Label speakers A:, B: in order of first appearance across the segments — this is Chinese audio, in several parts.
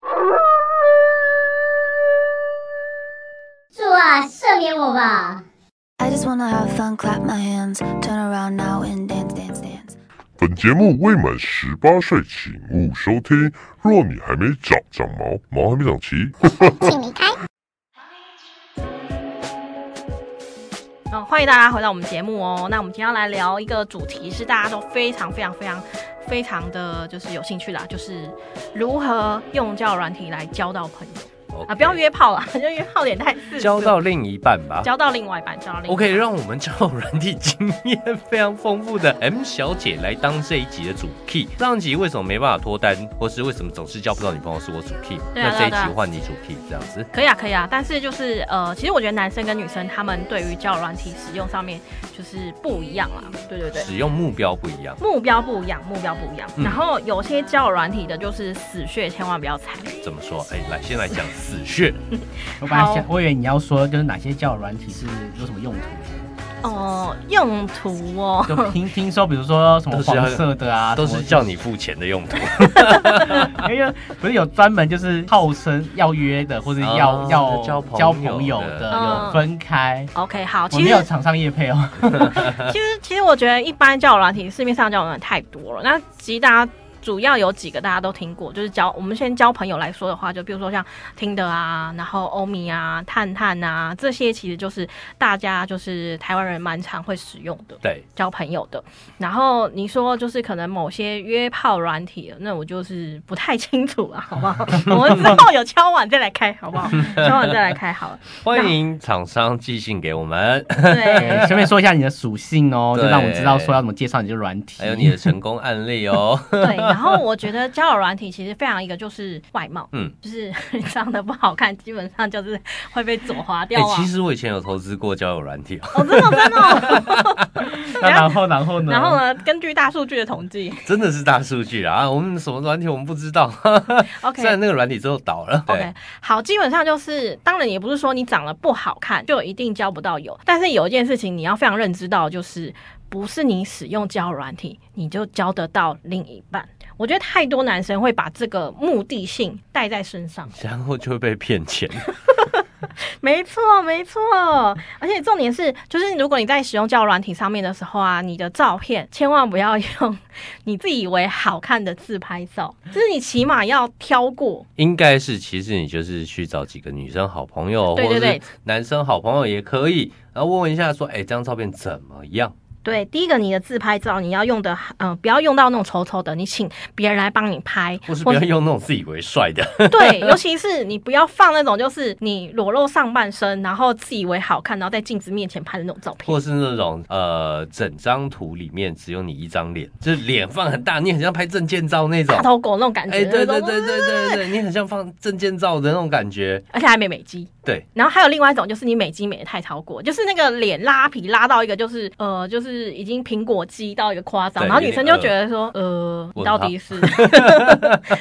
A: 啊我吧。
B: I just wanna have fun, clap my hands, turn around now and dance, dance, dance.
C: 本节目未满十八岁，请勿收听。若你还没长长毛，毛还没长齐，
A: 请离开。
D: 嗯，欢迎大家回到我们节目哦。那我们今天要来聊一个主题，是大家都非常非常非常非常的就是有兴趣啦，就是如何用交友软体来交到朋友
E: OK
D: 啊，不要约炮啦， 就约炮有点太世
E: 交
D: 俗
E: 到另一半吧。
D: 交到另外一半，交到另外一半
E: OK，让我们交友软体经验非常丰富的 M 小姐来当这一集的主 key。上集为什么没办法脱单，或是为什么总是交不到女朋友，是我主 key。
D: 对啊对
E: 那这
D: 啊
E: 一
D: 对啊
E: 集换你主 key，这样子。
D: 可以啊，可以啊，但是就是呃，其实我觉得男生跟女生他们对于交友软体使用上面就是不一样啦，对对对，啊
E: 使用目标不一样，
D: 目标不一样，目标不一样。
E: 嗯
D: 然后有些交友软体的就是死穴，千万不要踩。
E: 怎么说？哎、来先来讲 死穴，
F: 我本来
D: 好
F: 想，我以为你要说就是哪些交友软体是有什么用途，
D: 哦、用途哦，
F: 就听听说，比如说什么
E: 都是要
F: 黄色的啊，
E: 都
F: 什
E: 是
F: 么
E: 叫你付钱的用途。
F: 因为不是有 专门就是号称要约的，或者要、
E: 哦
F: 要
E: 交朋友
F: 交朋友
E: 的
F: 的，
D: 嗯
F: 有分开。
D: OK，好，
F: 我
D: 其
F: 没
D: 实
F: 有厂商业配 哦，
D: 其实其实我觉得一般交友软体，市面上交友软体太多了。那其实大家主要有几个大家都听过，就是交我们先交朋友来说的话，就比如说像听的啊，然后欧米啊、探探啊这些，其实就是大家就是台湾人蛮常会使用的。
E: 对，
D: 交朋友的，然后你说就是可能某些约炮软体，那我就是不太清楚啊了，好不好？我们之后有敲碗再来开，好不好？敲碗再来开好了。
E: 欢迎厂商寄信给我们，
D: 对
F: 对，顺便说一下你的属性哦，就
E: 对
F: 让我们知道说要怎么介绍你的软体。
E: 还有你的成功案例 哦。
D: 对，然后我觉得交友软体其实非常一个就是外貌，
E: 嗯，
D: 就是 长得不好看，基本上就是会被左滑
E: 哎、
D: 掉啊。
E: 其实我以前有投资过交友软体哦，
D: 哦，真的真的哦、
F: 那然后然后呢？
D: 然后呢，根据大数据的统计
E: 真的是大数据啊！啊我们什么软体我们不知道，
D: ，OK，
E: 虽然那个软体之后倒了。对
D: OK，好，基本上就是，当然也不是说你长得不好看就一定交不到友，但是有一件事情你要非常认知到，就是不是你使用交友软体你就交得到另一半。我觉得太多男生会把这个目的性带在身上。
E: 然后就会被骗钱。
D: 没错，没错。而且重点是，就是如果你在使用交友软体上面的时候啊，你的照片千万不要用你自以为好看的自拍照，就是你起码要挑过。
E: 应该是，其实你就是去找几个女生好朋友，
D: 对对
E: 或者
D: 对
E: 是男生好朋友也可以，然后问问一下说，哎、这张照片怎么样？
D: 对，第一个你的自拍照你要用的，嗯、不要用到那种丑丑的，你请别人来帮你拍，
E: 或是不要用那种自以为帅的，
D: 对， 尤其是你不要放那种就是你裸露上半身，然后自以为好看，然后在镜子面前拍的那种照片。
E: 或是那种呃，整张图里面只有你一张脸，就是脸放很大，你很像拍证件照那种
D: 大。头狗那种感觉，
E: 哎、对
D: 那
E: 对
D: 种
E: 对对对对，你很像放证件照的那种感觉。
D: 而且还没美肌。
E: 对，
D: 然后还有另外一种就是你美肌美的太超过，就是那个脸拉皮拉到一个就是呃就是已经苹果肌到一个夸张，
E: 对
D: 然后女生
E: 有点
D: 就觉
E: 饿
D: 得说呃你
E: 问
D: 到
E: 号
D: 底是，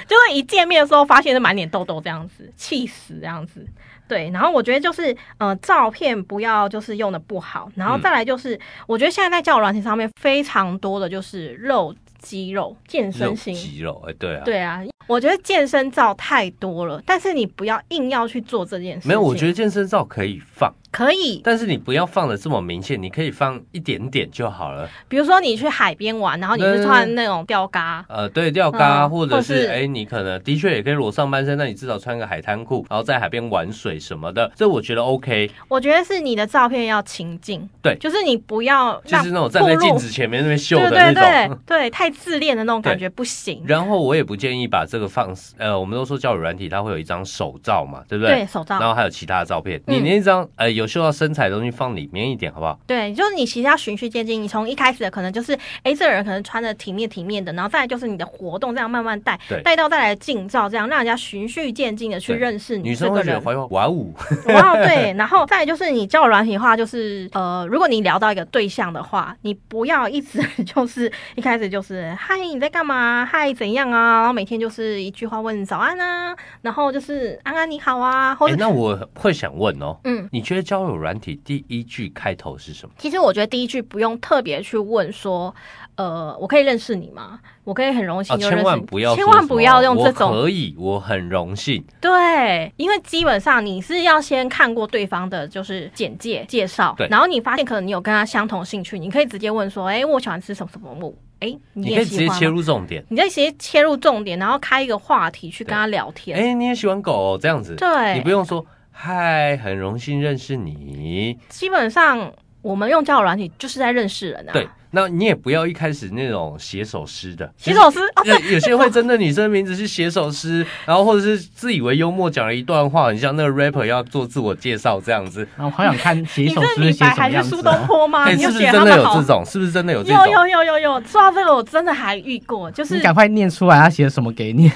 D: 就是一见面的时候发现是满脸痘痘这样子，气死这样子。对，然后我觉得就是呃照片不要就是用的不
E: 嗯
D: 好，然后再来就是、我觉得现在在交友软件上面非常多的就是露肌肉健身
E: 肉
D: 型。
E: 肌肉，哎、对啊，
D: 对啊，我觉得健身照太多了，但是你不要硬要去做这件事情。
E: 没有，我觉得健身照可以放，
D: 可以，
E: 但是你不要放的这么明显，你可以放一点点就好了。
D: 比如说你去海边玩，然后你
E: 对
D: 是
E: 对
D: 穿那种吊嘎，
E: 呃，对，吊嘎，
D: 嗯
E: 或者
D: 或
E: 是
D: 是
E: 哎、你可能的确也可以裸上半身，那你至少穿个海滩裤，然后在海边玩水什么的，这我觉得 OK。
D: 我觉得是你的照片要情境，
E: 对
D: 就是你不要
E: 就
D: 让
E: 是那种站在
D: 暴露
E: 镜子前面那边秀
D: 对
E: 的
D: 对
E: 那种。
D: 对对，太自恋的那种感
E: 对
D: 觉不行。
E: 然后我也不建议把这个放，呃，我们都说交友软体它会有一张手照嘛，对不对？
D: 对手
E: 然后
D: 照，
E: 还有其他的照片，
D: 嗯
E: 你那张、呃有秀到身材的东西放里面一点好不好？
D: 对，就是你其实要循序渐进。你从一开始的可能就是，哎，这个人可能穿的体面体面的，然后再来就是你的活动，这样慢慢带，
E: 对
D: 带到再来镜照，这样让人家循序渐进的去
E: 对
D: 认识你
E: 女
D: 这
E: 生
D: 个
E: 会觉得
D: 人。
E: 怀哇哦，
D: 哇，对，然后再来就是你交友软体的话，就是呃，如果你聊到一个对象的话，你不要一直 就是一开始就是嗨你在干嘛，嗨怎样啊，然后每天就是一句话问早安啊，然后就是安安你好啊，或
E: 哎、
D: 者、
E: 那我会想问哦，
D: 嗯，
E: 你觉得交友软体第一句开头是什么？
D: 其实我觉得第一句不用特别去问说，呃，我可以认识你吗？我可以很荣
E: 啊，
D: 幸就认识
E: 千
D: 你，
E: 万不要说
D: 千万不要
E: 什么
D: 用这种
E: 我可以，我很荣幸。
D: 对，因为基本上你是要先看过对方的，就是简介介绍，
E: 对
D: 然后你发现可能你有跟他相同兴趣，你可以直接问说，哎，我喜欢吃什么什么物，哎，你
E: 你可
D: 也
E: 以直
D: 喜
E: 接
D: 欢吗
E: 切，入重点。
D: 你可以直接切入重点，然后开一个话题去跟他聊天。
E: 哎，你也喜欢狗、哦、这样子，
D: 对
E: 你不用说嗨，很荣幸认识你。
D: 基本上我们用交友软体就是在认识人啊。
E: 对，，那你也不要一开始那种写首诗的，
D: 洗手师啊，
E: 有有些会针对女生的名字去写首诗，然后或者是自以为幽默讲了一段话，很像那个 rapper 要做自我介绍这样子。
F: 然后我好想看写一
D: 哦你
F: 首
D: 是
F: 诗
D: 李
F: 写
D: 白
F: 什么
D: 还
F: 样
D: 是
F: 子
D: 苏东
F: 啊。
D: 坡吗？
E: 哎、
D: 你
E: 是
D: 有
E: 不是
D: 写他
E: 真的
D: 们
E: 有
D: 好
E: 这。种？是不是真的有这
D: 有
E: 种？
D: 有有有有，说到这个我真的还遇过，就
F: 你
D: 是
F: 赶快念出来，他写什么给你？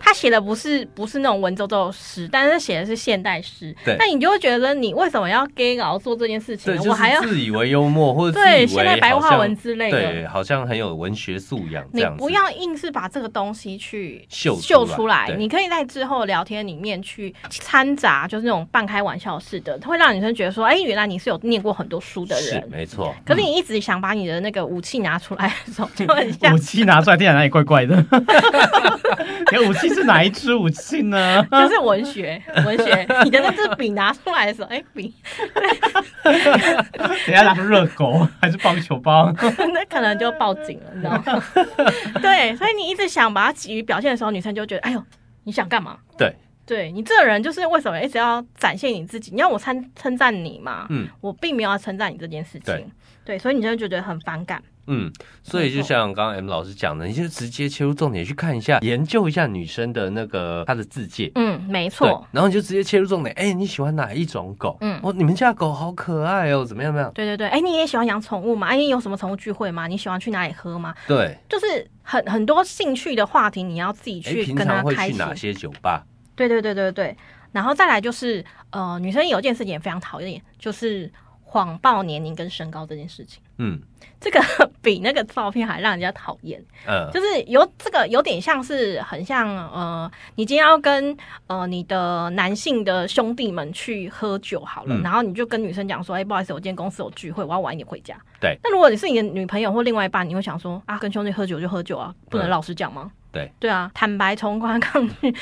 D: 他写的不是不是那种文绉绉的诗，但是写的是现代诗。
E: 对
D: 那你就会觉得你为什么要 gay 佬做这件事情
E: 对，
D: 呢？
E: 就
D: 我还要
E: 是自以为幽默，或者自
D: 对
E: 以为
D: 现在白
E: 好
D: 话
E: 像
D: 文之类的
E: 对，好像很有文学素养这
D: 你
E: 样子。
D: 不要硬是把这个东西去
E: 秀
D: 秀
E: 出来
D: 出来，
E: 对
D: 你可以在之后聊天里面去掺杂，就是那种半开玩笑式的，会让女生觉得说，哎、原来你是有念过很多书的
E: 是
D: 人。
E: 没嗯错，
D: 可是你一直想把你的那个武器拿出来的时候，就很像
F: 武器拿出来，听起来哪里怪怪 的？你的武器是哪一支武器呢？
D: 就是文学，文学，你的那支笔拿出来的时候，哎、笔
F: 等一下啊拿出热狗还是棒球棒？
D: 那可能就报警了，你知道吗？ 对，所以你一直想把它急于表现的时候，女生就觉得，哎呦，你想干嘛？
E: 对，
D: 对你这个人就是为什么一直要展现你自己？你要我称称赞你嘛？
E: 嗯
D: 我并没有要称赞你这件事情。
E: 对
D: 对所以你就会觉得很反感。
E: 嗯，所以就像刚刚 M 老师讲的，你就直接切入重点去看一下，研究一下女生的那个她的字界。
D: 嗯，没
E: 对
D: 错，，
E: 然后你就直接切入重点，哎、你喜欢哪一种狗？
D: 嗯
E: 哦，你们家的狗好可爱哦，怎么样？怎么样？
D: 对对对。哎，你也喜欢养宠物吗？哎，你有什么宠物聚会吗？你喜欢去哪里喝吗？
E: 对，
D: 就是很很多兴趣的话题，你要自己
E: 哎、
D: 去
E: 平
D: 跟他
E: 常会
D: 开
E: 去
D: 启。
E: 哪些酒吧？
D: 对对对对对。然后再来就是，呃，女生有一件事情也非常讨厌，就是谎报年龄跟身高这件事情。
E: 嗯，
D: 这个 比那个照片还让人家讨厌，
E: 呃，
D: 就是有这个有点像是很像呃，你今天要跟呃你的男性的兄弟们去喝酒好了，
E: 嗯
D: 然后你就跟女生讲说，哎、不好意思，我今天公司有聚会，我要晚一点回家。
E: 对
D: 那如果你是你的女朋友或另外一半，你会想说啊，跟兄弟喝酒就喝酒啊，不能
E: 嗯
D: 老实讲吗？
E: 对
D: 对啊，坦白从宽，抗拒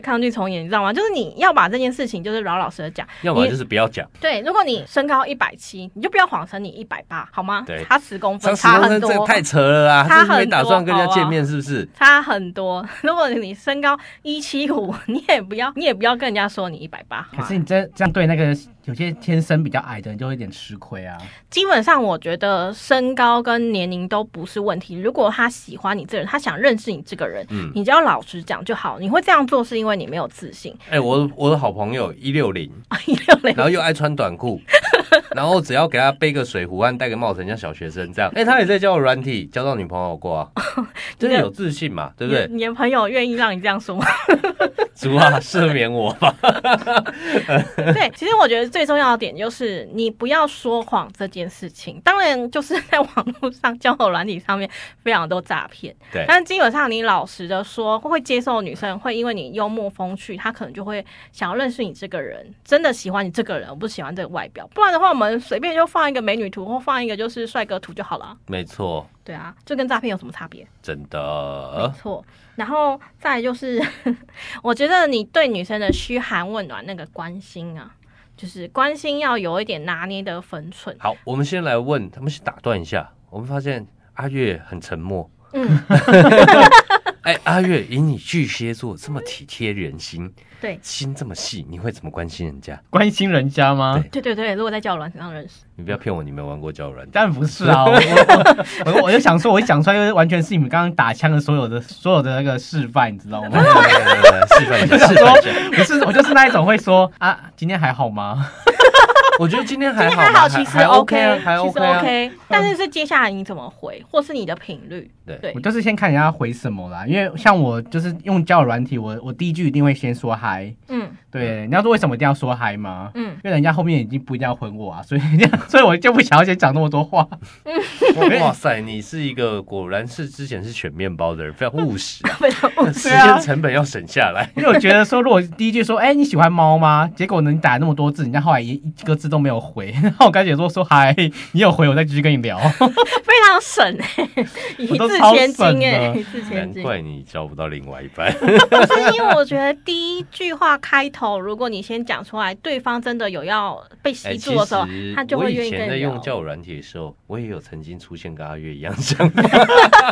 D: 抗拒从严，你知道吗？就是你要把这件事情就是老老实实地讲。
E: 要么
D: 你
E: 就是不要讲，
D: 对，如果你身高一百七，你就不要谎称你一百八，好吗？
E: 对
D: 差十公分，
E: 张时
D: 差
E: 中
D: 很
E: 生这个
D: 多，
E: 太扯了啊！
D: 差
E: 这是没
D: 很
E: 打
D: 多
E: 算跟人家
D: 好
E: 见
D: 啊
E: 面是不是？
D: 差很多。 如果你身高一七五，你也不要，你也不要跟人家说你一百八。
F: 可是你这这样对那个有些天生比较矮的人就会有点吃亏啊。
D: 基本上，我觉得身高跟年龄都不是问题。如果他喜欢你这个人，他想认识你这个人，
E: 嗯
D: 你只要老实讲就好。你会这样做是因为你没有自信。
E: 哎、我我的好朋友一六零，
D: 一六零
E: 然后又爱穿短裤， 然后只要给他背个水壶啊和戴个帽子，很像小学生这样。哎、他也在交友软体交到女朋友过啊， 就是有自信嘛，对不对？
D: 哦你的朋友愿意让你这样说吗？
E: 主啊，赦免我吧。
D: 对，其实我觉得最重要的点就是你不要说谎这件事情。当然，就是在网络上交友软体上面非常多诈骗，
E: 对
D: 但基本上你老实的说，会接受女生会因为你幽默风趣，她可能就会想要认识你这个人，真的喜欢你这个人，我不喜欢这个外表。不然的话，我们随便就放一个美女图或放一个就是帅哥图就好了。
E: 没错，
D: 对啊，这跟诈骗有什么差别？
E: 真
D: 没
E: 的，
D: 错。然后再来就是， 我觉得你对女生的嘘寒问暖那个关心啊，就是关心要有一点拿捏的分寸。
E: 好，我们先来问他们，先打断一下。我们发现阿月很沉默。
D: 嗯，
E: 哎、阿月，以你巨蟹座这么体贴人心，
D: 对，
E: 心这么细，你会怎么关心人家？
F: 关心人家吗
E: 对？
D: 对对对，如果在交友软件上认识，
E: 你不要骗我，你没玩过交 友软体。
F: 但不是 啊，我我我我就想说，我一讲出来，就是完全是你们刚刚打枪的所有的所有的那个示范，你知道 吗？
E: 示 范一下，示范一下。
F: 不是，我就是那一种会说啊，今天还好吗？
E: 我觉得今天
D: 今
E: 还
D: 天
E: 好
D: 还
E: 吧，
D: 好，其实
E: 还 OK 啊，还
D: 其实
E: OK 啊。
D: 但是是接下来你怎么回，或是你的频率，
E: 对
D: 对
F: 我就是先看人家回什么啦，因为像我就是用交友软体，我我第一句一定会先说嗨，
D: 嗯，
F: 对，你要说为什么一定要说嗨吗？
D: 嗯，
F: 因为人家后面已经不一定要混我啊，所以 所以我就不想要先讲那么多话。
E: 哇塞，你是一个果然是之前是选面包的人，非常务 实啊，
D: 非常务
E: 时
F: 对啊
E: 间成本要省下来。
F: 因为我觉得说，如果第一句说，哎、你喜欢猫吗？结果呢，你打那么多字，人家后来一一个字都没有回， 然后我干脆说说嗨，你有回我再继续跟你聊。
D: 非常省 哎、一
F: 我都
D: 字
F: 超
D: 千
F: 省
D: 金哎、
F: 的
D: 一字千
E: 难
D: 金。
E: 怪你交不到另外一 半，
D: 不是因为我觉得第一句话开头，如果你先讲出来，对方真的有要被吸
E: 哎其
D: 住的时候，
E: 实
D: 他就
E: 我
D: 会愿
E: 以
D: 意跟
E: 前在
D: 你聊
E: 用。交友软体的时候，我也有曾经出现跟阿月一样想法。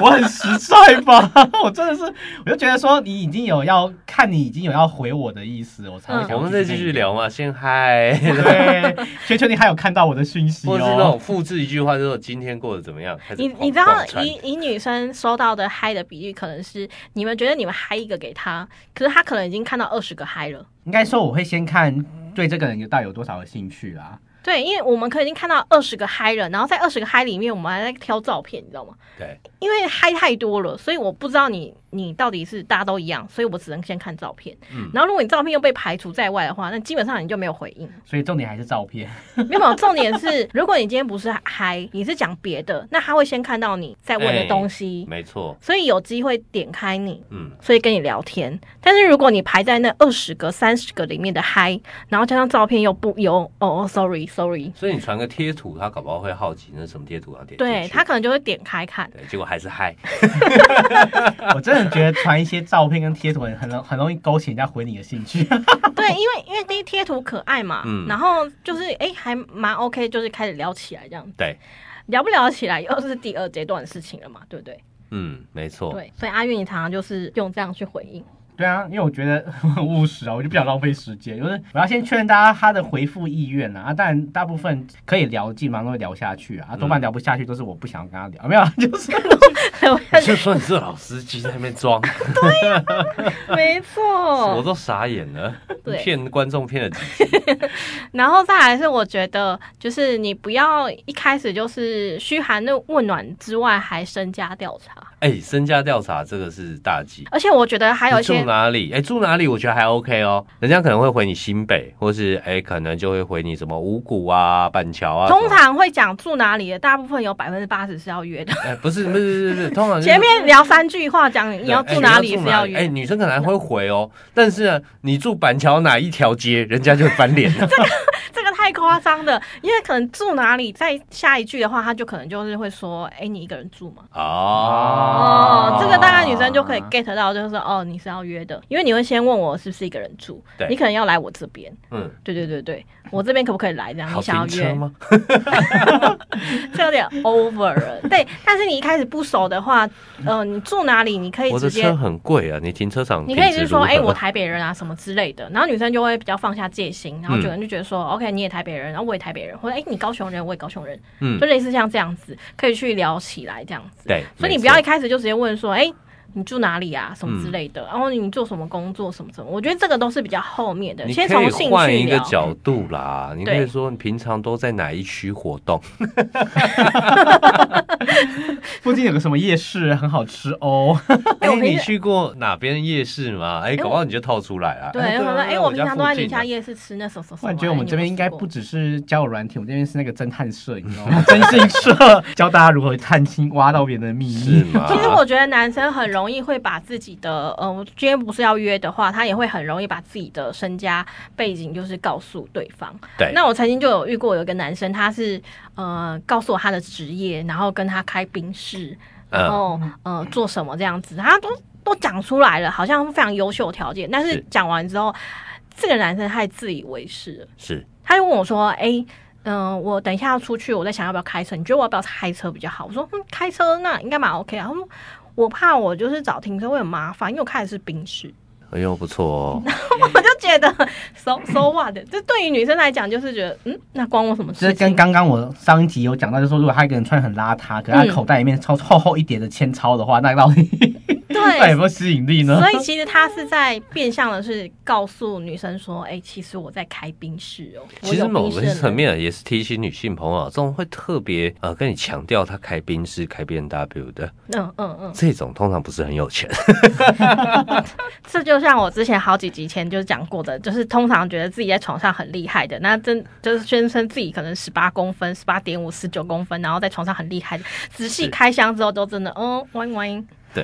F: 我很实在吧？ 我真的是，我就觉得说，你已经有要看你已经有要回我的意思，我才会
D: 嗯
F: 想、
E: 我们再继续。聊嘛，先嗨，
F: 对，求求你还有看到我的讯息
E: 或是那
F: 哦
E: 种。复制一句话，就是今天过得怎么样？开始
D: 你
E: 狂
D: 你知道
E: 狂，传
D: 以以女生收到的嗨的比例，可能是你们觉得你们嗨一个给他，可是他可能已经看到二十个嗨了。
F: 应该说，我会先看对这个人到底有多少的兴趣啦。
D: 对，因为我们可能已经看到二十个嗨了，然后在二十个嗨里面，我们还在挑照片，你知道吗？
E: 对，
D: 因为嗨太多了，所以我不知道你你到底是大家都一样，所以我只能先看照片。
E: 嗯
D: 然后如果你照片又被排除在外的话，那基本上你就没有回应。
F: 所以重点还是照片。
D: 没有没有，重点是，如果你今天不是嗨，你是讲别的，那他会先看到你在
E: 哎
D: 问的东西，
E: 没错，
D: 所以有机会点开你，
E: 嗯，
D: 所以跟你聊天。但是如果你排在那二十个、三十个里面的嗨，然后加上照片又不有哦哦，sorry sorry，
E: 所以你传个贴图，他搞不好会好奇那是什么贴图，他点进
D: 对
E: 去
D: 他可能就会点开 看。
E: 对，结果还是嗨，
F: 我真的觉得传一些照片跟贴图很很容很容易勾起人家回你的兴趣。
D: 对，因为因为第一贴图可爱嘛，
E: 嗯
D: 然后就是哎、还蛮 OK，就是开始聊起来这样子，
E: 对，
D: 聊不聊得起来又是第二阶段的事情了嘛，对不对？
E: 嗯，没错，
D: 对，所以阿月你常常就是用这样去回应。
F: 对啊，因为我觉得很务实啊，我就不想浪费时间。就是我要先确认大家他的回复意愿啊，啊，当然大部分可以聊，基本上都会聊下去啊，啊多半聊不下去都是我不想跟他聊，没有啊， 就是
E: 我就说你这老司机在那边装，
D: 没
E: 我
D: 错，
E: 都傻眼了，
D: 哦对
E: 骗观众骗了几次，
D: 然后再来是我觉得，就是你不要一开始就是嘘寒问暖之外，还身家调查，
E: 哎，身家调查这个是大忌。
D: 而且我觉得还有一
E: 你住
D: 些，
E: 哪里？哎、住哪里？我觉得还 OK 哦。人家可能会回你新北，或是哎、可能就会回你什么五股啊、板桥啊什么。
D: 通常会讲住哪里的，大部分有百分之八十是要 约的。
E: 哎、不是不是不是不是，通常就是
D: 前面聊三句话讲
E: 对
D: 你要
E: 哎
D: 住哪里
E: 你要
D: 是
E: 住哪
D: 要
E: 里
D: 约
E: 哎、
D: 的，
E: 女生可能还会回哦，但是呢，你住板桥哪一条街，人家就会翻 脸了。
D: 这个太夸张了，因为可能住哪里，在下一句的话，他就可能就是会说，哎、你一个人住吗？
E: 哦
D: 哦，这个大概女生就可以 get 到，就是说哦，你是要约的，因为你会先问我是不是一个人住
E: 对，
D: 你可能要来我这边，
E: 嗯，
D: 对对对对，我这边可不可以来？这样
E: 好
D: 你想要
E: 停车
D: 约，
E: 吗？
D: 这有点 over 了。对，但是你一开始不熟的话，呃，你住哪里，你可以
E: 我的
D: 直
E: 车
D: 接，
E: 很贵啊，你停车场
D: 你可以
E: 品
D: 就
E: 质
D: 是说，
E: 如何
D: 哎、我台北人啊，什么之类的，然后女生就会比较放下戒心，然后
E: 嗯
D: 可能就觉得说、o k 你也台北人，然后我也台北人，或者哎、你高雄人，我也高雄人，
E: 嗯
D: 就类似像这样子，可以去聊起来这样子。
E: 对，
D: 所以你
E: 没
D: 不要
E: 错嗯
D: 一开始就直接问说，哎、你住哪里啊，什么之类的，然后你做什么工作，什么什么，我觉得这个都是比较后面的，
E: 你
D: 先
E: 可
D: 从
E: 以
D: 兴
E: 换
D: 趣
E: 一个
D: 聊。
E: 角度啦，你可以
D: 对
E: 说你平常都在哪一区活动？
F: 附近有个什么夜市很好吃哦。
E: 哎、
D: 哎我平
E: 你
D: 时
E: 去过哪边夜市吗？哎、搞不好你就套出来啊。
D: 对，
E: 哎
D: 然后说，哎、我平常都在宁夏。
E: 啊
D: 夜市吃那什么什么什
F: 我
D: 么啊。
F: 感觉我们
D: 哎
F: 这边
D: 你有没有
F: 应该
D: 吃过
F: 不只是交友软体，我们这边是那个侦探社，你知道吗？ 征信社教大家如何探亲，挖到别人的秘
E: 是
F: 密。
E: 吗？
D: 其实我觉得男生很容易会把自己的，呃，我今天不是要约的话，他也会很容易把自己的身家背景就是告诉对方。
E: 对
D: 那我曾经就有遇过有一个男生，他是呃告诉我他的职业，然后跟他开宾室，
E: 嗯
D: 然后、呃做什么这样子，他都都讲出来了，好像非常优秀的条件，但
E: 是
D: 是讲完之后，这个男生太自以为是了，
E: 是
D: 他就问我说：“哎、嗯、我等一下要出去，我在想要不要开车？你觉得我要不要开车比较好？”我说：“嗯，开车那应该蛮 OK 啊。”他说：“我怕我就是找停车位很麻烦，因为我开的是宾士。
E: 哎呦不错哦，
D: 我就觉得 so so what，这对于女生来讲就是觉得嗯，那关我什么
F: 就
D: 事
F: 是跟
D: 情？
F: 刚刚我上一集有讲到，就是说如果他一个人穿很邋遢，可是他口袋里面超厚厚一叠的千钞的话，那到底
D: 嗯对
F: 那
D: 对
F: 有没。有吸引力呢？
D: 所以其实他是在变相的是告诉女生说，哎、其实我在开冰室哦。我
E: 其实
D: 有
E: 某
D: 冰
E: 个
D: 室的
E: 层
D: 能
E: 面也是提醒女性朋友啊，这种会特别呃跟你强调他开宾士、开 B N W 的
D: 力，嗯嗯嗯，
E: 这种，通常不是很有钱。
D: 这就像我之前好几集前就讲过的，就是通常觉得自己在床上很厉害的，那真就是宣称自己可能十八公分、十八点五、十九公分，然后在床上很厉害的，仔细
E: 是
D: 开箱之后都真的嗯弯弯
E: 对，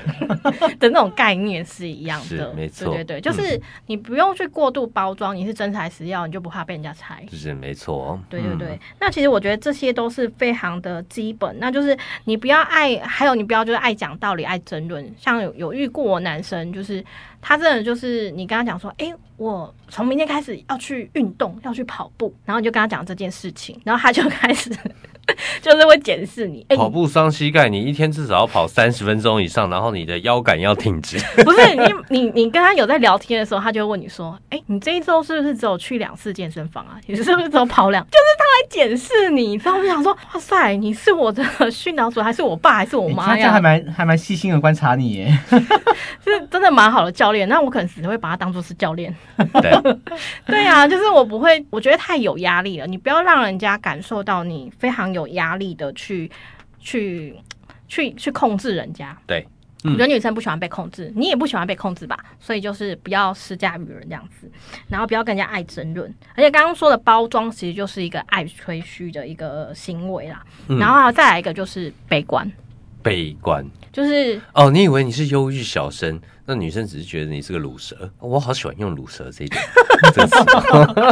D: 的那种概念是一样的，
E: 是没错嗯
D: 对对对，就是你不用去过度包装，你是真材实料，你就不怕被人家拆。
E: 就是没错哦。
D: 对对对，
E: 嗯
D: 那其实我觉得这些都是非常的基本，那就是你不要爱，还有你不要就是爱讲道理、爱争论。像有有遇过男生，就是他真的就是你跟他讲说，哎、我从明天开始要去运动，要去跑步，然后你就跟他讲这件事情，然后他就开始 就是会检视你，哎、
E: 跑步伤膝盖，你一天至少要跑三十分钟以上，然后你的腰杆要挺直。
D: 不是你你你跟他有在聊天的时候，他就会问你说：“哎、你这一周是不是只有去两次健身房啊？ 你是不是只有跑两？” 就是他来检视你，你知道吗？我想说，哇塞，你是我的训导主，还是我爸，还是我
F: 欸
D: 妈
F: 他这样还
D: 呀？
F: 蛮还蛮细心的观察你耶，
D: 是真的蛮好的教练。那我可能只会把他当做是教练。
E: 对，
D: 对啊，就是我不会，我觉得太有压力了。你不要让人家感受到你非常有压力的去去去去控制人家。
E: 对。
D: 我觉得女生不喜欢被控制，你也不喜欢被控制吧，所以就是不要施加于人这样子，然后不要跟人家爱争论。而且刚刚说的包装，其实就是一个爱吹嘘的一个行为啦。
E: 嗯
D: 然后还有再来一个就是悲观，
E: 悲观
D: 就是
E: 哦，你以为你是忧郁小生，那女生只是觉得你是个乳蛇。我好喜欢用乳蛇这一点，真是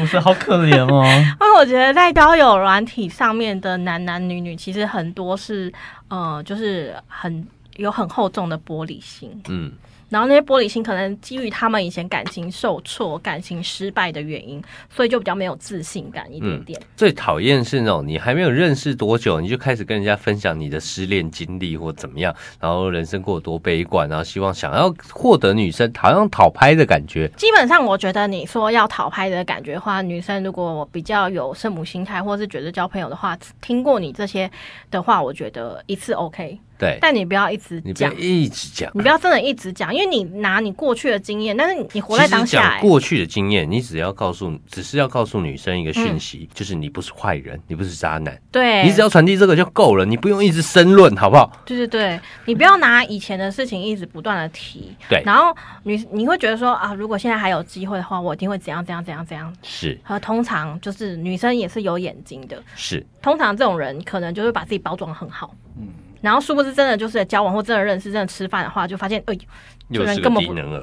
F: 我说好可怜 哦。
D: 因为我觉得在交友软体上面的男男女女，其实很多是呃，就是很有很厚重的玻璃心，
E: 嗯，
D: 然后那些玻璃心可能基于他们以前感情受挫、感情失败的原因，所以就比较没有自信感一点点。
E: 最讨厌是那种你还没有认识多久，你就开始跟人家分享你的失恋经历或怎么样，然后人生过得多悲观，然后希望想要获得女生好像讨拍的感觉。
D: 基本上，我觉得你说要讨拍的感觉的话，女生如果比较有圣母心态，或是觉得交朋友的话，听过你这些的话，我觉得一次 OK，
E: 对，
D: 但你不要一直
E: 哎你不
D: 讲嗯
E: 要。一直讲
D: 你。不要真的一直讲，因为你拿你过去的经验，但是你活在当
E: 其实
D: 下、
E: 讲
D: 欸。
E: 过去的经验，你只要告诉，只是要告诉女生一个
D: 嗯
E: 讯息，就是你不是坏人，你不是渣男，
D: 对，
E: 你只要传递这个就够了，你不用一直申论，好不好？
D: 对对对，你不要拿以前的事情一直不断的提，
E: 对
D: 然后你你会觉得说啊，如果现在还有机会的话，我一定会怎样怎样怎样怎样。
E: 是
D: 和通常就是女生也是有眼睛的，
E: 是，
D: 通常这种人可能就会把自己包装得很好，嗯，然后殊不知真的就是交往或真的认识、真的吃饭的话，就发现哎呦，这
E: 又
D: 人
E: 是个
D: 根本
E: 低
D: 不
E: 能儿，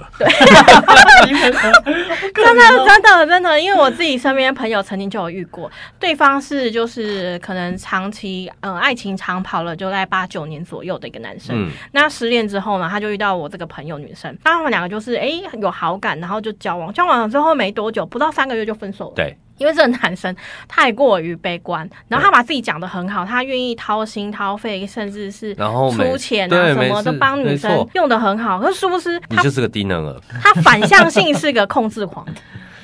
D: 真的真的真的，因为我自己身边朋友曾经就有遇过，对方是就是可能长期嗯、呃爱情长跑了，就在八九年左右的一个男生，
E: 嗯，
D: 那失恋之后呢，他就遇到我这个朋友女生，那他们两个就是哎、诶有好感，然后就交往，交往了之后没多久，不到三个月就分手了。
E: 对，
D: 因为这个男生太过于悲观，然后他把自己讲的很好，他愿意掏心掏肺，甚至是
E: 然后每
D: 出钱啊
E: 对
D: 什么的
E: 每次
D: 帮女
E: 没
D: 生
E: 错
D: 用的很好，可是殊不知
E: 你
D: 他
E: 就是个低能儿，
D: 他反向性是个控制狂。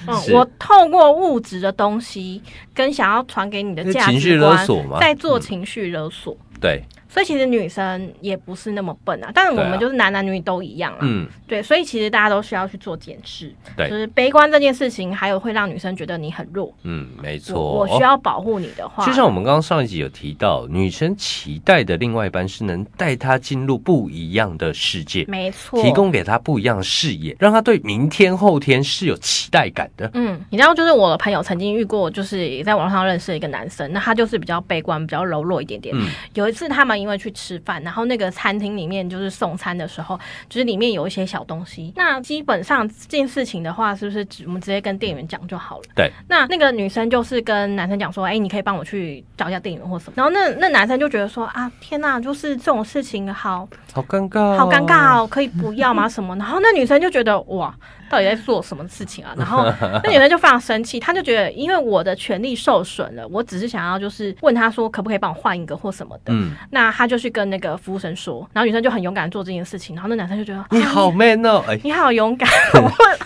D: 嗯，
E: 是
D: 我透过物质的东西跟想要传给你的
E: 那
D: 价
E: 情绪
D: 值
E: 勒
D: 观
E: 索嘛，
D: 在做
E: 嗯
D: 情绪勒索。
E: 对，
D: 所以其实女生也不是那么笨啊，但是我
E: 对
D: 们
E: 啊
D: 就是男男女女都一样啊。
E: 嗯，
D: 对，所以其实大家都需要去做检视，
E: 对
D: 就是悲观这件事情，还有会让女生觉得你很弱，
E: 嗯，没错，
D: 我我需要保护你的话，
E: 就像我们刚刚上一集有提到，女生期待的另外一半是能带她进入不一样的世界，
D: 没错，
E: 提供给她不一样的视野，让她对明天、后天是有期待感的。
D: 嗯，你知道，就是我的朋友曾经遇过，就是在网上认识一个男生，那他就是比较悲观、比较柔弱一点点。
E: 嗯
D: 有一次他们因为去吃饭，然后那个餐厅里面就是送餐的时候，就是里面有一些小东西。那基本上这件事情的话，是不是只我们直接跟店员讲就好了？
E: 对。
D: 那那个女生就是跟男生讲说：“哎、你可以帮我去找一下店员或什么。”然后那那男生就觉得说：“啊，天呐，就是这种事情好
E: 好尴尬、哦，
D: 好尴尬哦，可以不要吗？什么？然后那女生就觉得哇，到底在做什么事情啊？然后那女生就非常生气，她就觉得因为我的权利受损了，我只是想要就是问她说可不可以帮我换一个或什么的。
E: 嗯，
D: 那她就去跟那个服务生说，然后女生就很勇敢做这件事情，然后那男生就觉得啊
E: 你好，man 哦，哎、
D: 你好勇敢。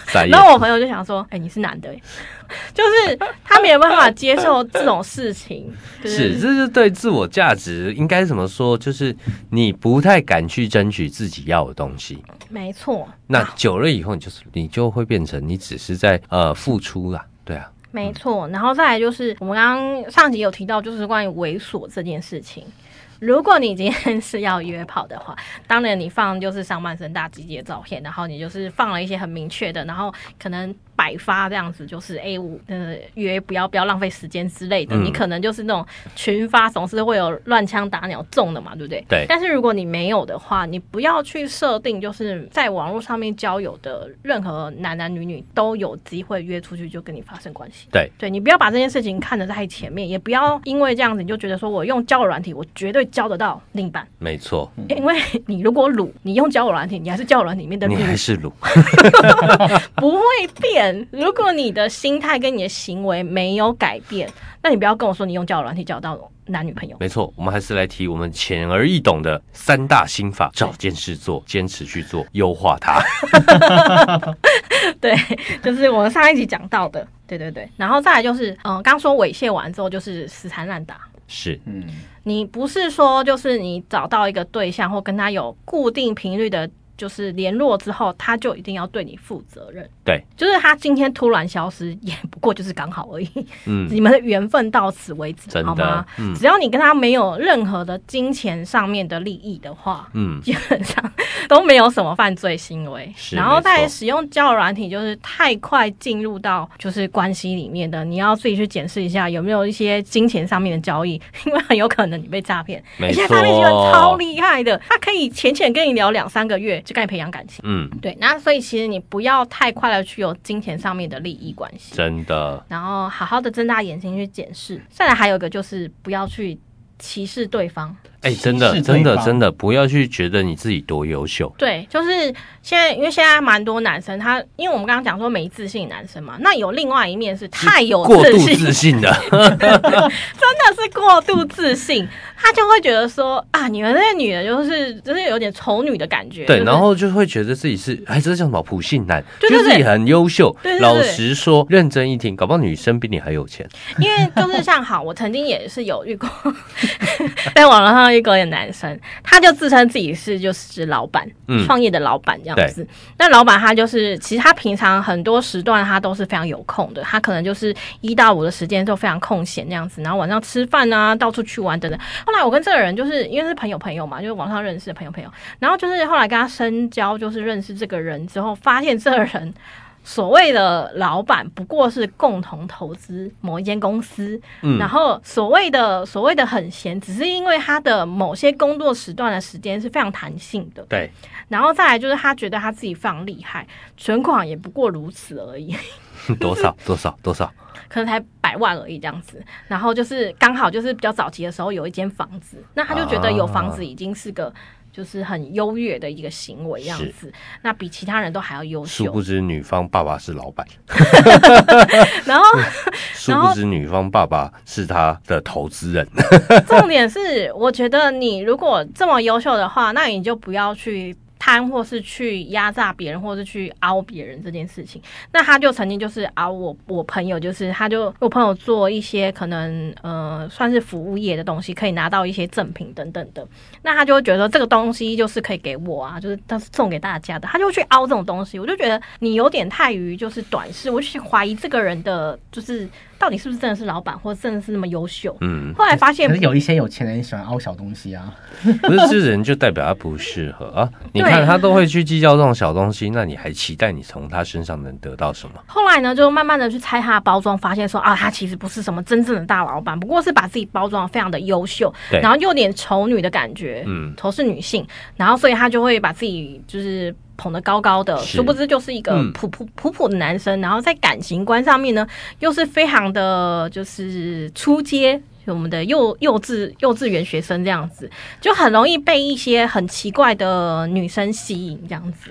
E: 傻
D: 哎
E: 眼，
D: 然后我朋友就想说，哎、你是男的、欸，就是他没有办法接受这种事情，就是
E: 这是对自我价值应该怎么说？就是你不太敢去争取自己要的东西，
D: 没错，
E: 那久了以后，你就是你就会变成你只是在呃付出啦，对啊，
D: 没错。然后再来就是我们刚刚上集有提到，就是关于猥琐这件事情。如果你今天是要约炮的话，当然你放就是上半身大鸡鸡的照片，然后你就是放了一些很明确的，然后可能百发这样子，就是哎、我呃约不要不要浪费时间之类的。
E: 嗯
D: 你可能就是那种群发，总是会有乱枪打鸟中的嘛，对不对？
E: 对
D: 但是如果你没有的话，你不要去设定，就是在网络上面交友的任何男男女女都有机会约出去就跟你发生关系。
E: 对，
D: 对你不要把这件事情看得太前面，也不要因为这样子你就觉得说我用交友软体，我绝对交得到另一半。
E: 没错，
D: 因为 你如果卤，你用交友软体，你还是交友软体里面的
E: 你
D: 卤，
E: 还是鲁，
D: 不会变。如果你的心态跟你的行为没有改变，那你不要跟我说你用交友软体交到男女朋友。
E: 没错。我们还是来提我们浅而易懂的三大心法：找件事做，坚持去做，优化 它。
D: 对，就是我们上一集讲到的，对对对。然后再来就是，嗯、刚说猥亵完之后就是死缠烂打，
E: 是，
F: 嗯，
D: 你不是说就是你找到一个对象或跟他有固定频率的，就是联络之后，他就一定要对你负责任。
E: 对，
D: 就是他今天突然消失，也不过就是刚好而已。
E: 嗯，
D: 你们的缘分到此为止，
E: 真
D: 好
E: 的
D: 吗？，
E: 嗯
D: 只要你跟他没有任何的金钱上面的利益的话，
E: 嗯，
D: 基本上 都没有什么犯罪行为。
E: 是
D: 然后
E: 没错
D: 在使用交友软体，就是太快进入到就是关系里面的，你要自己去检视一下有没有一些金钱上面的交易，因为很有可能你被诈骗。
E: 没
D: 现
E: 错
D: 在诈骗集团超厉害的，他可以浅浅跟你聊两三个月就跟你培养感情。
E: 嗯，
D: 对，那所以其实你不要太快的去有金钱上面的利益关系。
E: 真的，
D: 然后好好的睁大眼睛去检视。再来还有一个就是不要去歧视对方。
E: 哎、
F: 歧
E: 真的，
F: 视
E: 真
F: 对
E: 的，
F: 方
E: 真的，不要去觉得你自己多优秀。
D: 对，就是现在，因为现在蛮多男生他，因为我们刚刚讲说没自信的男生嘛，那有另外一面是太有
E: 过
D: 自
E: 度
D: 信，
E: 哦自信 的，
D: 真的是过度自信，他就会觉得说啊，你们那女的就是就是有点丑女的感觉。
E: 对，
D: 就是
E: 然后就会觉得自己是，哎，这叫什么普信男，
D: 对
E: 觉
D: 对
E: 得自己很优秀
D: 对对。对
E: 老实说，认真一听，搞不好女生比你还有钱。
D: 因为就是像好，我曾经也是有遇过， 在网络上遇过一个男生，他就自称自己是就是老板，
E: 嗯
D: 创、业的老板这样子。那老板他就是，其实他平常很多时段他都是非常有空的，他可能就是一到五的时间都非常空闲这样子，然后晚上吃饭啊，到处去玩等等。后来我跟这个人就是因为是朋友朋友嘛，就是网上认识的朋友朋友，然后就是后来跟他深交，就是认识这个人之后，发现这个人所谓的老板不过是共同投资某一间公司，
E: 嗯
D: 然后所谓的所谓的很闲，只是因为他的某些工作时段的时间是非常弹性的，
E: 对，
D: 然后再来就是他觉得他自己非常厉害，存款也不过如此而已，
E: 多少多少多少，
D: 可能才百万而已这样子，然后就是刚好就是比较早期的时候有一间房子，那他就觉得有房子已经是个。就是很优越的一个行为，这样
E: 啊是
D: 子，那比其他人都还要优
E: 殊
D: 秀
E: 不。知女方爸爸是老板，
D: 然后
E: 殊不知女方爸爸是他的投资人。
D: 重点是，我觉得你如果这么优秀的话，那你就不要去贪，或是去压榨别人，或是去凹别人这件事情。那他就曾经就是凹我，我朋友就是，他就我朋友做一些可能呃算是服务业的东西，可以拿到一些赠品等等的。那他就会觉得说这个东西就是可以给我啊，就是他是送给大家的，他就会去凹这种东西。我就觉得你有点太于就是短视，我就去怀疑这个人的就是到底是不是真的是老板，或者真的是那么优秀。
E: 嗯，
D: 后来发现
F: 可是有一些有钱人喜欢凹小东西啊，
E: 不是这人就代表他不适合 啊。你
D: 对
E: 看他都会去计较这种小东西，那你还期待你从他身上能得到什么？
D: 后来呢，就慢慢的去拆他的包装，发现说啊，他其实不是什么真正的大老板，不过是把自己包装的非常的优秀，
E: 对
D: 然后又有点丑女的感觉，
E: 嗯，
D: 仇视女性，然后所以他就会把自己就是捧得高高的，
E: 是
D: 殊不知就是一个
E: 嗯
D: 普普普普的男生，然后在感情观上面呢，又是非常的就是出街。我们的幼幼稚幼稚园学生这样子，就很容易被一些很奇怪的女生吸引，这样子。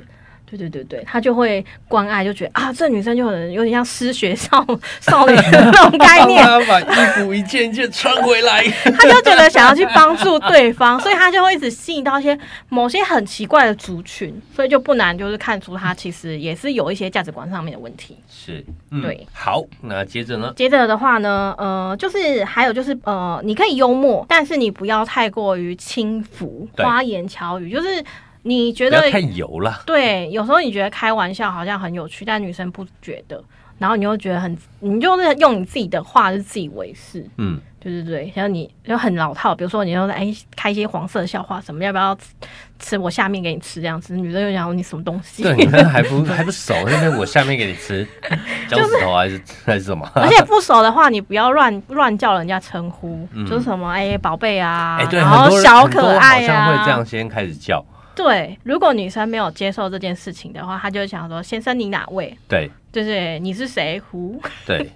D: 对对对对，他就会关爱，就觉得啊，这女生就有点有点像失学少少女的那种概 念，
E: 他把衣服一件一件穿 回来。
D: 他就觉得想要去帮助对方，所以他就会一直吸引到一些某些很奇怪的族群，所以就不难就是看出他其实也是有一些价值观上面的问题。
E: 是，嗯
D: 对。
E: 好，那接着呢？
D: 接着的话呢，呃，就是还有就是呃，你可以幽默，但是你不要太过于轻浮、
E: 对
D: 花言巧语，就是你觉
E: 不
D: 得
E: 要太油了。
D: 对，有时候你觉得开玩笑好像很有趣，但女生不觉得，然后你又觉得很，你就是用你自己的话就是自以为是，
E: 嗯，
D: 对对对，然后你就很老套，比如说你又在哎开一些黄色的笑话，什么要不要吃吃我下面给你吃这样子，女生就想说你什么东西，
E: 对，你们还不还不熟，那边我下面给 你吃，脚趾头啊还是还是什么？
D: 而且不熟的话，你不要乱乱叫人家称呼，
E: 嗯
D: 就是什么哎宝贝啊，
E: 哎，对，
D: 然
E: 很
D: 后
E: 多人
D: 小
E: 很多
D: 可
E: 人
D: 爱
E: 好
D: 啊，
E: 像会这样先开始叫。
D: 对，如果女生没有接受这件事情的话，她就会想说先生你哪位？
E: 对
D: 对对，你是谁？胡，
E: 对，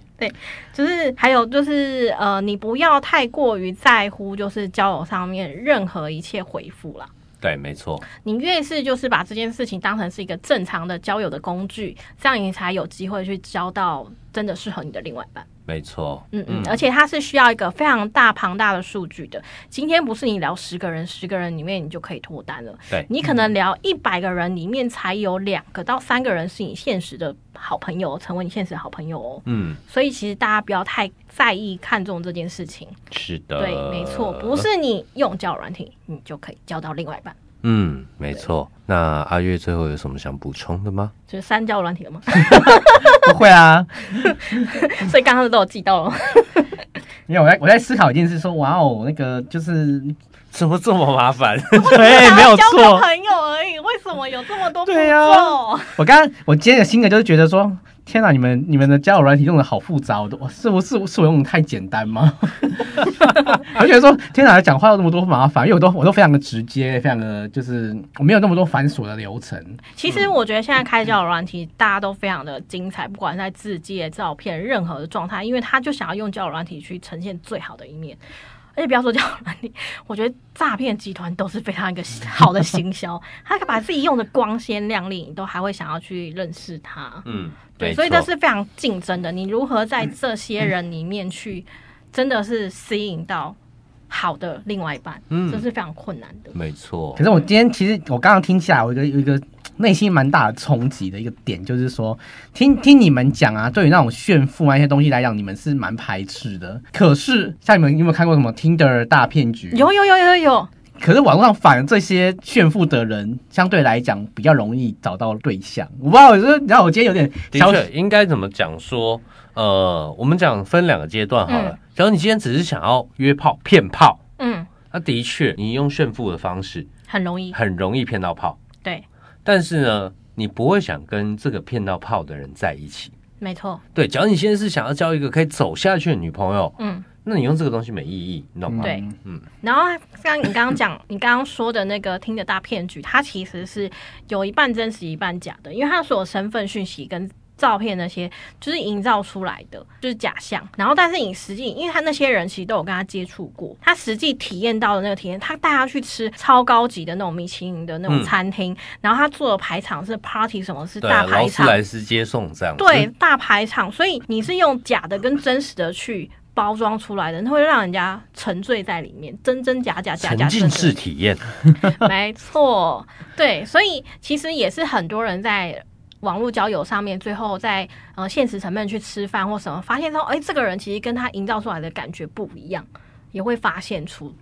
D: 就是还有就是呃，你不要太过于在乎，就是交友上面任何一切回复啦。
E: 对，没错，
D: 你越是就是把这件事情当成是一个正常的交友的工具，这样你才有机会去交到真的适合你的另外一半。
E: 没错。
D: 嗯嗯，而且它是需要一个非常大庞大的数据的。今天不是你聊十个人，十个人里面你就可以脱单了。
E: 对
D: 你可能聊一百个人里面才有两个到三个人是你现实的好朋友，成为你现实的好朋友哦。
E: 嗯，
D: 所以其实大家不要太在意看重这件事情。
E: 是的，
D: 对，没错，不是你用交友软体你就可以交到另外一半。
E: 嗯，没错。那阿月最后有什么想补充的吗？
D: 就是删交友软体了 吗？
F: 不会啊，
D: 所以刚刚都有记到了。
F: 因为我在我在思考一件事说哇哦，那个就是
E: 怎么这么麻 烦？
F: 对，哎没有
D: 交个
F: 错。
D: 朋友而已，为什么有这么多步骤？
F: 对啊我刚刚我今天的心得就是觉得说，天哪，你们你们的交友软体用的好复杂，我都我是不是是我用的太简单吗？ 我觉得说，天哪，讲话有那么多麻烦，因为我都我都非常的直接，非常的就是我没有那么多繁琐的流程。
D: 其
E: 嗯
D: 实我觉得现在开交友软体，大家都非常的精彩，不管在字界、照片，任何的状态，因为他就想要用交友软体去呈现最好的一面。而且不要说交友软体， 我觉得诈骗集团都是非常一个好的行 销，他把自己用的光鲜亮丽，你都还会想要去认识他。
E: 嗯，
D: 对，
E: 没
D: 所以
E: 错
D: 这是非常竞争的。你如何在这些人里面去，真的是吸引到好的另外一半，
E: 嗯
D: 这是非常困难的。
E: 没错
F: 可。是我今天其实我刚刚听下来，我有一个有一个内心蛮大的冲击的一个点，就是说，听听你们讲啊，对于那种炫富啊一些东西来讲，你们是蛮排斥的。可是像你们你有没有看过什么 Tinder 大骗局？
D: 有啊有有有有，
F: 可是网络上反而这些炫富的人，相对来讲比较容易找到对象。我不知道，我就是你知道，我今天有点
E: 的
F: 小
E: 确，应该怎么讲说？呃，我们讲分两个阶段好了。假如你今天只是想要约炮、骗炮，
D: 嗯，
E: 那的确，你用炫富的方式
D: 很容易，
E: 很容易骗到炮。
D: 对，
E: 但是呢，你不会想跟这个骗到炮的人在一起。
D: 没错，
E: 对，假如你现在是想要交一个可以走下去的女朋友，
D: 嗯。
E: 那你用这个东西没意义，你懂吗？
D: 对
E: 嗯，
D: 然后像你刚刚 讲，你刚刚说的那个听的大骗局，它其实是有一半真实一半假的，因为它所有身份讯息跟照片那些，就是营造出来的，就是假象。然后，但是你实际，因为他那些人其实都有跟他接触过，他实际体验到的那个体验，他带他去吃超高级的那种米其林的那种
E: 嗯
D: 餐厅，然后他做的排场是 party 什么是
E: 对啊，
D: 大排
E: 劳斯
D: 场，
E: 莱斯接送这样子。
D: 对，大排场，所以你是用假的跟真实的去包装出来的，那会让人家沉醉在里面，真真假假，假
E: 沉
D: 假真
E: 浸式
D: 真。
E: 体验，
D: 没错，对，所以其实也是很多人在。网络交友上面，最后在呃现实层面去吃饭或什么，发现说，哎、这个人其实跟他营造出来的感觉不一样，也会发现出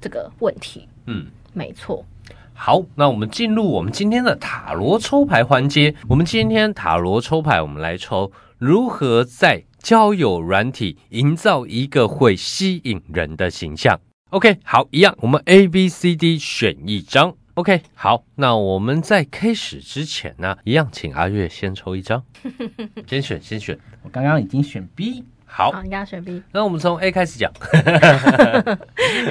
D: 这个问题。
E: 嗯。
D: 没错，
E: 好，那我们进入我们今天的塔罗抽牌环节。我们今天塔罗抽牌，我们来抽如何在交友软体营造一个会吸引人的形象。OK，好，一样，我们 A、B、C、D 选一张。OK，好，那我们在开始之前呢，一样请阿月先抽 一张，先选，先选。
F: 我刚刚已经选 B，
E: 好，
D: 好，你刚刚选 B，
E: 那我们从 A 开始讲。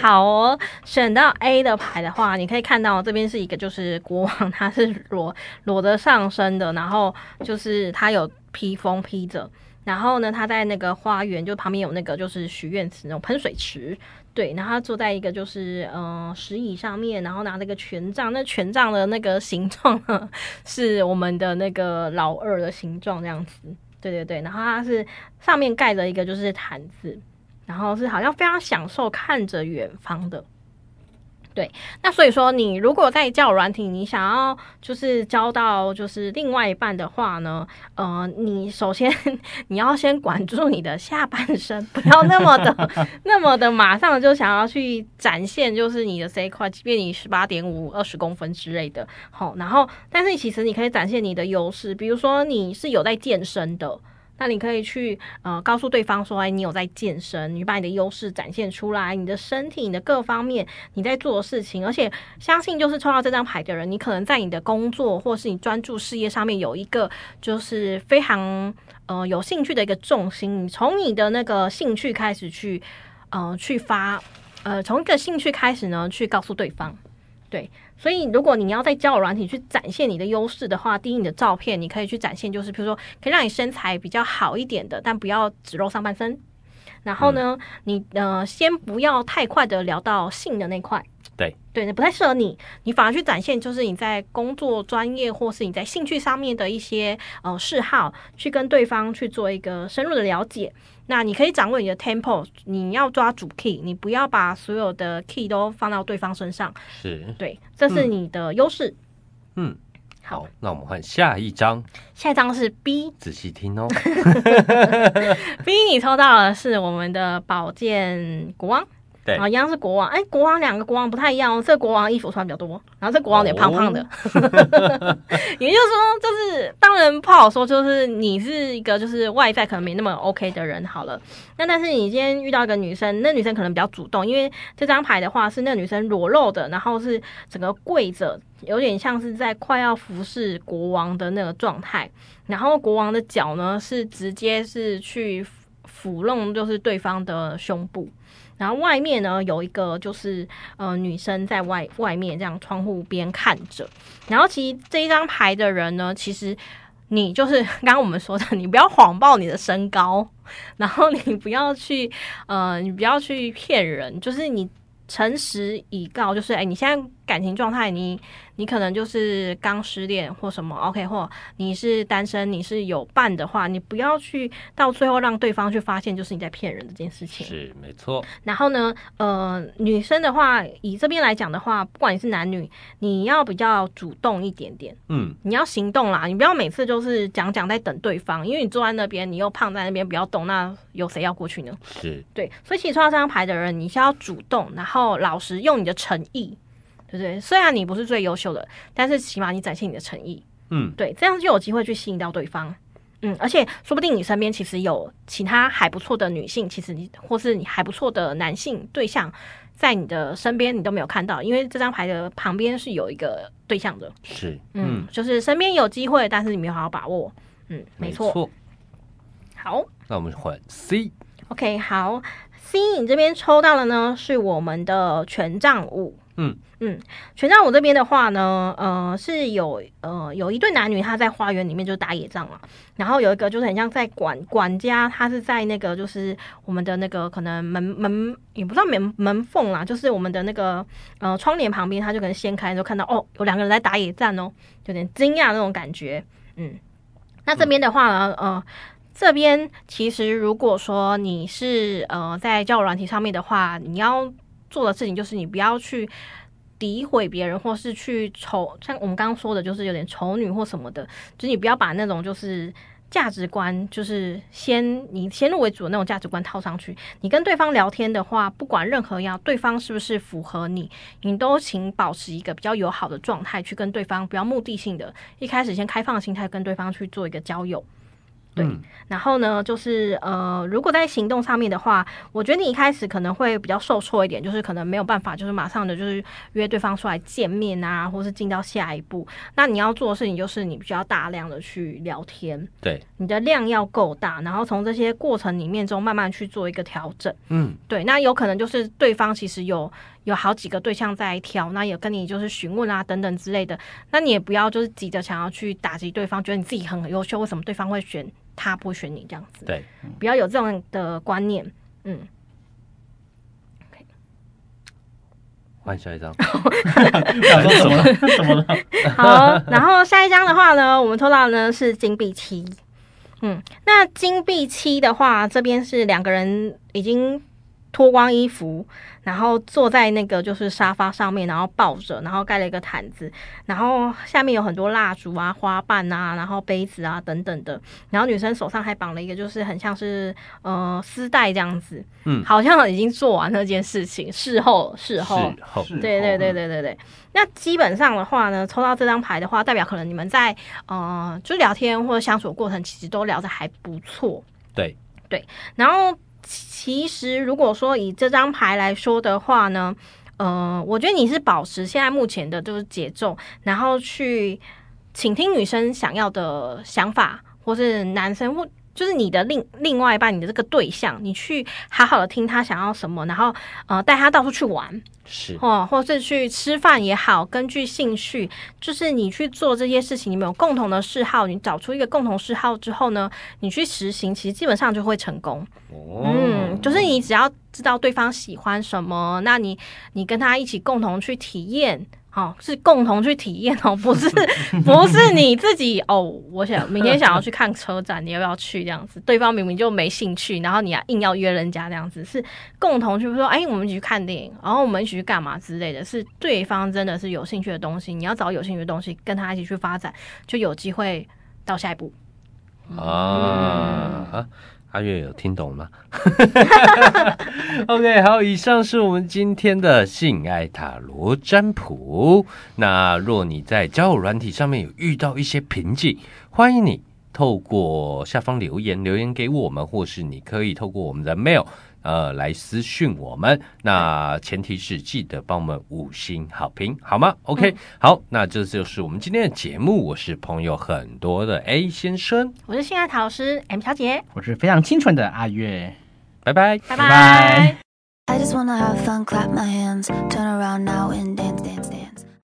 D: 好哦，选到 A 的牌的话，你可以看到这边是一个就是国王，他是裸裸着上身的，然后就是他有披风披着，然后呢，他在那个花园，就旁边有那个就是许愿池那种喷水池，对。然后他坐在一个就是嗯、呃石椅上面，然后拿了一个权杖，那权杖的那个形状呢，是我们的那个老二的形状这样子。对对对，然后它是上面盖着一个就是毯子，然后是好像非常享受看着远方的。对，那所以说你如果在交友软体，你想要就是交到就是另外一半的话呢，呃，你首先 你要先管住你的下半身， 不要那么的 那么的马上就想要去展现就是你的这一块，即便你十八点五、二十公分之类的，好，然后但是其实你可以展现你的优势，比如说你是有在健身的。那你可以去呃告诉对方说，哎，你有在健身，你把你的优势展现出来，你的身体、你的各方面，你在做的事情，而且相信就是抽到这张牌的人，你可能在你的工作或是你专注事业上面有一个就是非常呃有兴趣的一个重心，你从你的那个兴趣开始去呃去发呃从一个兴趣开始呢去告诉对方，对。所以，如果你要在交友软体去展现你的优势的话，第一，你的照片你可以去展现，就是比如说可以让你身材比较好一点的，但不要只露上半身。然后呢，你呃先不要太快的聊到性的那块，
E: 对
D: 对，那不太适合你，你反而去展现就是你在工作、专业或是你在兴趣上面的一些呃嗜好，去跟对方去做一个深入的了解。那你可以掌握你的 tempo，你要抓主 key，你不要把所有的 key 都放到对方身上。
E: 是，
D: 对，这是你的优势。
E: 嗯，
D: 好
E: 好，那我们换下一张，
D: 下一张是 B，B
E: 仔细 听哦。
D: 你抽到的是我们的宝剑国王，
E: 对
D: 啊，一样是国王。哎，国王两个国王不太一样哦，这个国王衣服穿比较多，然后这个国王有点胖
E: 哦
D: 胖的。也就是说，就是当然不好说，就是你是一个就是外在可能没那么 OK 的人好了。那但是你今天遇到一个女生，那女生可能比较主动，因为这张牌的话是那女生裸露的，然后是整个跪着，有点像是在快要服侍国王的那个状态。然后国王的脚呢是直接是去抚弄，就是对方的胸部。然后外面呢有一个就是呃女生在外外面这样窗户边看着，然后其实这一张牌的人呢，其实你就是刚刚我们说的，你不要谎报你的身高，然后你不要去呃，你不要去骗人，就是你诚实以告，就是哎、你现在感情状态，你你可能就是刚失恋或什么，OK，或你是单身，你是有伴的话，你不要去到最后让对方去发现就是你在骗人这件事情。
E: 是没错，
D: 然后呢，呃，女生的话，以这边来讲的话，不管你是男女，你要比较主动一点点，
E: 嗯，
D: 你要行动啦，你不要每次就是讲讲在等对方，因为你坐在那边，你又胖在那边不要动，那有谁要过去呢？
E: 是
D: 对，所以其实抽到这张牌的人，你是要主动，然后老实用你的诚意，对不对？虽然你不是最优秀的，但是起码你展现你的诚意，
E: 嗯，
D: 对，这样就有机会去吸引到对方。嗯，而且说不定你身边其实有其他还不错的女性，其实你或是你还不错的男性对象，在你的身边你都没有看到，因为这张牌的旁边是有一个对象的。
E: 是，
D: 嗯
E: 嗯，，
D: 就是身边有机会，但是你没有好好把握。嗯，没
E: 没
D: 错。
E: 错。
D: 好
E: 那我们换 C，
D: ，OK，好。C，你这边抽到的呢是我们的权杖五。
E: 嗯
D: 嗯，权杖五这边的话呢，呃，是有呃有一对男女，他在花园里面就打野仗了。然后有一个就是很像在管管家，他是在那个就是我们的那个可能门门也不知道门门缝啦，就是我们的那个呃窗帘旁边，他就可能掀开就看到哦，有两个人在打野战哦，有点惊讶那种感觉。嗯，那这边的话呢，呃。这边其实，如果说你是呃在交友软体上面的话，你要做的事情就是你不要去诋毁别人，或是去丑，像我们刚刚说的，就是有点丑女或什么的，就是你不要把那种就是价值观，就是先你先入为主的那种价值观套上去。你跟对方聊天的话，不管任何样，对方是不是符合你，你都请保持一个比较友好的状态去跟对方，不要目的性的，一开始先开放的心态跟对方去做一个交友。对
E: 嗯
D: 然后呢，就是呃，如果在行动上面的话，我觉得你一开始可能会比较受挫一点，就是可能没有办法，就是马上的就是约对方出来见面啊，或是进到下一步。那你要做的事情就是你必须要大量的去聊天，
E: 对，
D: 你的量要够大，然后从这些过程里面中慢慢去做一个调整。
E: 嗯，
D: 对，那有可能就是对方其实有有好几个对象在挑，那也跟你就是询问啊等等之类的，那你也不要就是急着想要去打击对方，觉得你自己很优秀，为什么对方会选他不选你这样子，
E: 对，
D: 不要有这种的观念。嗯，
E: 换下一张。
F: 想说怎么了？怎 么了？
D: 好，然后下一张的话呢，我们抽到的呢是金币七。嗯，那金币七的话，这边是两个人已经脱光衣服，然后坐在那个就是沙发上面，然后抱着，然后盖了一个毯子，然后下面有很多蜡烛啊、花瓣啊，然后杯子啊等等的。然后女生手上还绑了一个，就是很像是呃丝带这样子，
E: 嗯
D: 好像已经做完那件事情，事后事后
E: 事后
F: 是
D: 对对对对对对。那基本上的话呢，抽到这张牌的话，代表可能你们在呃，就聊天或者相处的过程，其实都聊得还不错。
E: 对
D: 对，然后其实如果说以这张牌来说的话呢，呃，我觉得你是保持现在目前的就是节奏，然后去倾听女生想要的想法，或是男生或。就是你的另另外一半，你的这个对象，你去好好的听他想要什么，然后呃带他到处去玩，
E: 是
D: 哦，或是去吃饭也好，根据兴趣，就是你去做这些事情，你们有共同的嗜好，你找出一个共同嗜好之后呢，你去实行，其实基本上就会成功。
E: 哦
D: 嗯，就是你只要知道对方喜欢什么，那你你跟他一起共同去体验。哦，是共同去体验哦， 不是不是你自己哦。我想明天想要去看车展，你要不要去？这样子，对方明明就没兴趣，然后你还硬要约人家这样子，是共同去说，哎，我们一起去看电影，然后我们一起去干嘛之类的，是对方真的是有兴趣的东西，你要找有兴趣的东西跟他一起去发展，就有机会到下一步。
E: 啊，阿月有听懂吗？OK，好，以上是我们今天的性爱塔罗占卜。那若你在交友软体上面有遇到一些瓶颈，欢迎你透过下方留言留言给我们，或是你可以透过我们的 mail。呃，来私讯我们，那前提是记得帮我们五星好评，好吗？OK，、好，那这就是我们今天的节目。我是朋友很多的 A 先生，
D: 我是性爱塔老师 M 小姐，
F: 我是非常清纯的阿月。
E: 拜拜。
D: 拜
F: 拜拜
B: I just wanna have fun, clap my hands, turn around now and dance, dance, dance.